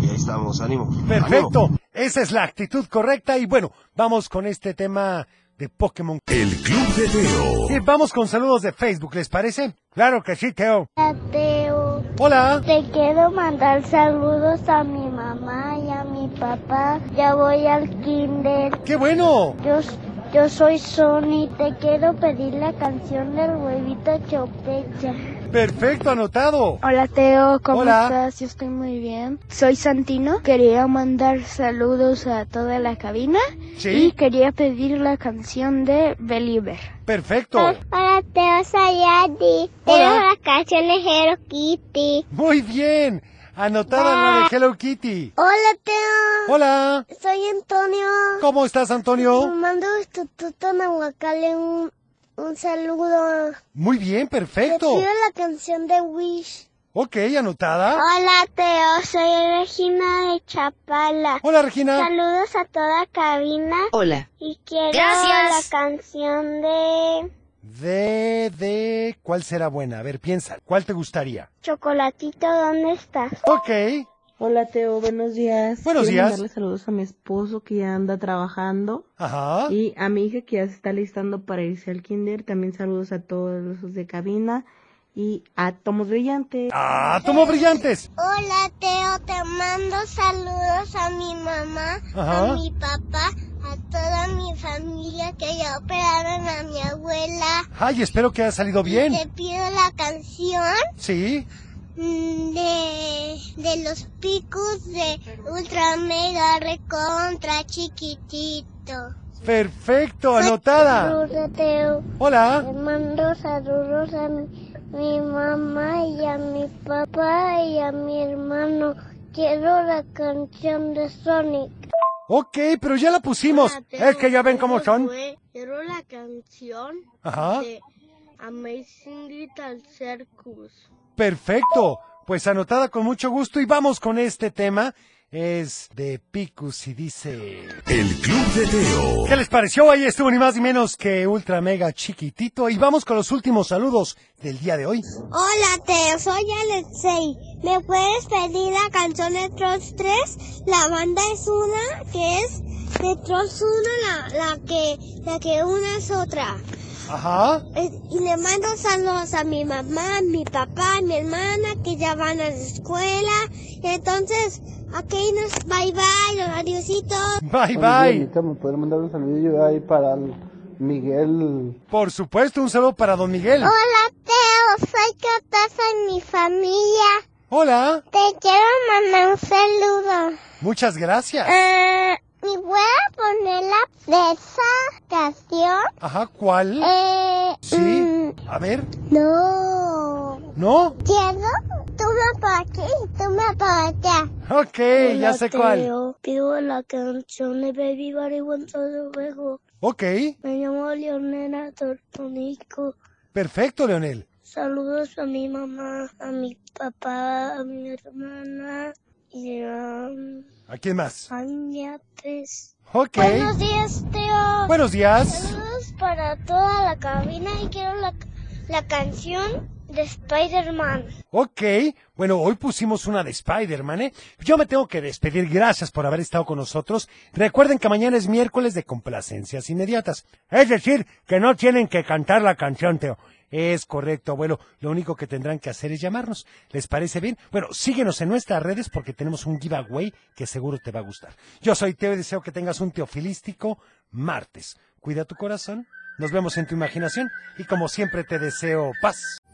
Speaker 8: Y ahí estamos, ánimo.
Speaker 3: Perfecto. Esa es la actitud correcta y bueno, vamos con este tema de Pokémon.
Speaker 2: El Club de Teo.
Speaker 3: Sí, vamos con saludos de Facebook, ¿les parece? Claro que sí, Teo.
Speaker 4: Hola, Teo.
Speaker 3: Hola.
Speaker 4: Te quiero mandar saludos a mi mamá y a mi papá. Ya voy al kinder.
Speaker 3: ¡Qué bueno!
Speaker 4: Yo Yo soy Sony, te quiero pedir la canción del huevito chopecha.
Speaker 3: Perfecto, anotado.
Speaker 6: Hola Teo, ¿cómo
Speaker 3: Hola.
Speaker 6: estás? Yo estoy muy bien. Soy Santino. Quería mandar saludos a toda la cabina
Speaker 3: Sí.
Speaker 6: y quería pedir la canción de Believer.
Speaker 3: Perfecto.
Speaker 4: Ah, Hola, Teo, soy Adi. Quiero la canción de Hello Kitty.
Speaker 3: Muy bien. Anotada la de Hello Kitty.
Speaker 4: Hola, Teo.
Speaker 3: Hola.
Speaker 4: Soy Antonio.
Speaker 3: ¿Cómo estás,
Speaker 4: Te
Speaker 3: Antonio?
Speaker 4: mando a tu tuta Nahuacale un, un saludo.
Speaker 3: Muy bien, perfecto.
Speaker 4: Te pido la canción de Wish.
Speaker 3: Ok, anotada.
Speaker 4: Hola, Teo. Soy Regina de Chapala.
Speaker 3: Hola, Regina.
Speaker 4: Saludos a toda cabina.
Speaker 10: Hola.
Speaker 4: Y quiero
Speaker 10: Gracias.
Speaker 4: la canción de
Speaker 3: De, de, ¿cuál será buena? A ver, piensa. ¿Cuál te gustaría?
Speaker 4: Chocolatito, ¿dónde estás?
Speaker 3: Ok.
Speaker 5: Hola Teo, buenos días.
Speaker 3: Buenos
Speaker 5: Quiero
Speaker 3: días.
Speaker 5: mandarle saludos a mi esposo que ya anda trabajando
Speaker 3: Ajá.
Speaker 5: y a mi hija que ya se está listando para irse al kinder. También saludos a todos los de cabina y a Tomos Brillante.
Speaker 3: ¡Átomos Ah, brillantes!
Speaker 4: Hola, Teo. Te mando saludos a mi mamá,
Speaker 3: Ajá.
Speaker 4: a mi papá, a toda mi familia que ya operaron a mi abuela.
Speaker 3: Ay, espero que haya salido bien.
Speaker 4: Y te pido la canción
Speaker 3: Sí.
Speaker 4: mm, de, de los picos de Ultra Mega Recontra Chiquitito.
Speaker 3: Perfecto, anotada.
Speaker 4: Saludos, Teo.
Speaker 3: Hola.
Speaker 4: Le mando saludos a mi, mi mamá y a mi papá y a mi hermano. Quiero la canción de Sonic. Ah,
Speaker 3: Ok, pero ya la pusimos. Es que ya ven cómo son.
Speaker 18: Quiero la canción
Speaker 3: Ajá.
Speaker 18: de Amazing Little Circus.
Speaker 3: Perfecto. Pues anotada con mucho gusto y vamos con este tema. Es de Picus y dice...
Speaker 2: El Club de Teo.
Speaker 3: ¿Qué les pareció? Ahí estuvo ni más ni menos que Ultra Mega Chiquitito. Y vamos con los últimos saludos del día de hoy.
Speaker 4: Hola, Teo, soy Alexei. ¿Me puedes pedir la canción de Trolls 3? La banda es una que es de Trolls 1, la, la, que, la que una es otra.
Speaker 3: Ajá.
Speaker 4: Eh, Y le mando saludos a mi mamá, a mi papá, a mi hermana que ya van a la escuela. Entonces, aquí nos bye bye, adiosito.
Speaker 3: Bye bye.
Speaker 8: me pueden mandar un saludo ahí para el Miguel.
Speaker 3: Por supuesto, un saludo para don Miguel.
Speaker 4: Hola Teo, soy Cataza y mi familia.
Speaker 3: Hola.
Speaker 4: Te quiero mandar un saludo.
Speaker 3: Muchas gracias.
Speaker 4: Ah, y voy a poner la de esa canción.
Speaker 3: Ajá, ¿cuál?
Speaker 4: Eh,
Speaker 3: Sí. A ver.
Speaker 4: no.
Speaker 3: ¿No?
Speaker 4: Quiero tú me para aquí y tú me para allá.
Speaker 3: Ok, ya sé cuál.
Speaker 4: Pido la canción de Baby Barry Gonzalo Luego.
Speaker 3: Ok.
Speaker 4: Me llamo Leonela Tortonico.
Speaker 3: Perfecto, Leonel.
Speaker 4: Saludos a mi mamá, a mi papá, a mi hermana y a
Speaker 3: ¿A quién más?
Speaker 4: Anja Pérez.
Speaker 3: Ok.
Speaker 4: Ah. Buenos días, Teo.
Speaker 3: Buenos días.
Speaker 4: Saludos para toda la cabina y quiero la, la canción de Spider-Man.
Speaker 3: Ok, bueno, hoy pusimos una de Spider-Man, ¿eh? Yo me tengo que despedir, gracias por haber estado con nosotros. Recuerden que mañana es miércoles de complacencias inmediatas. Es decir, que no tienen que cantar la canción, Teo. Es correcto, abuelo. Lo único que tendrán que hacer es llamarnos. ¿Les parece bien? Bueno, síguenos en nuestras redes porque tenemos un giveaway que seguro te va a gustar. Yo soy Teo y deseo que tengas un teofilístico martes. Cuida tu corazón, nos vemos en tu imaginación y como siempre te deseo paz.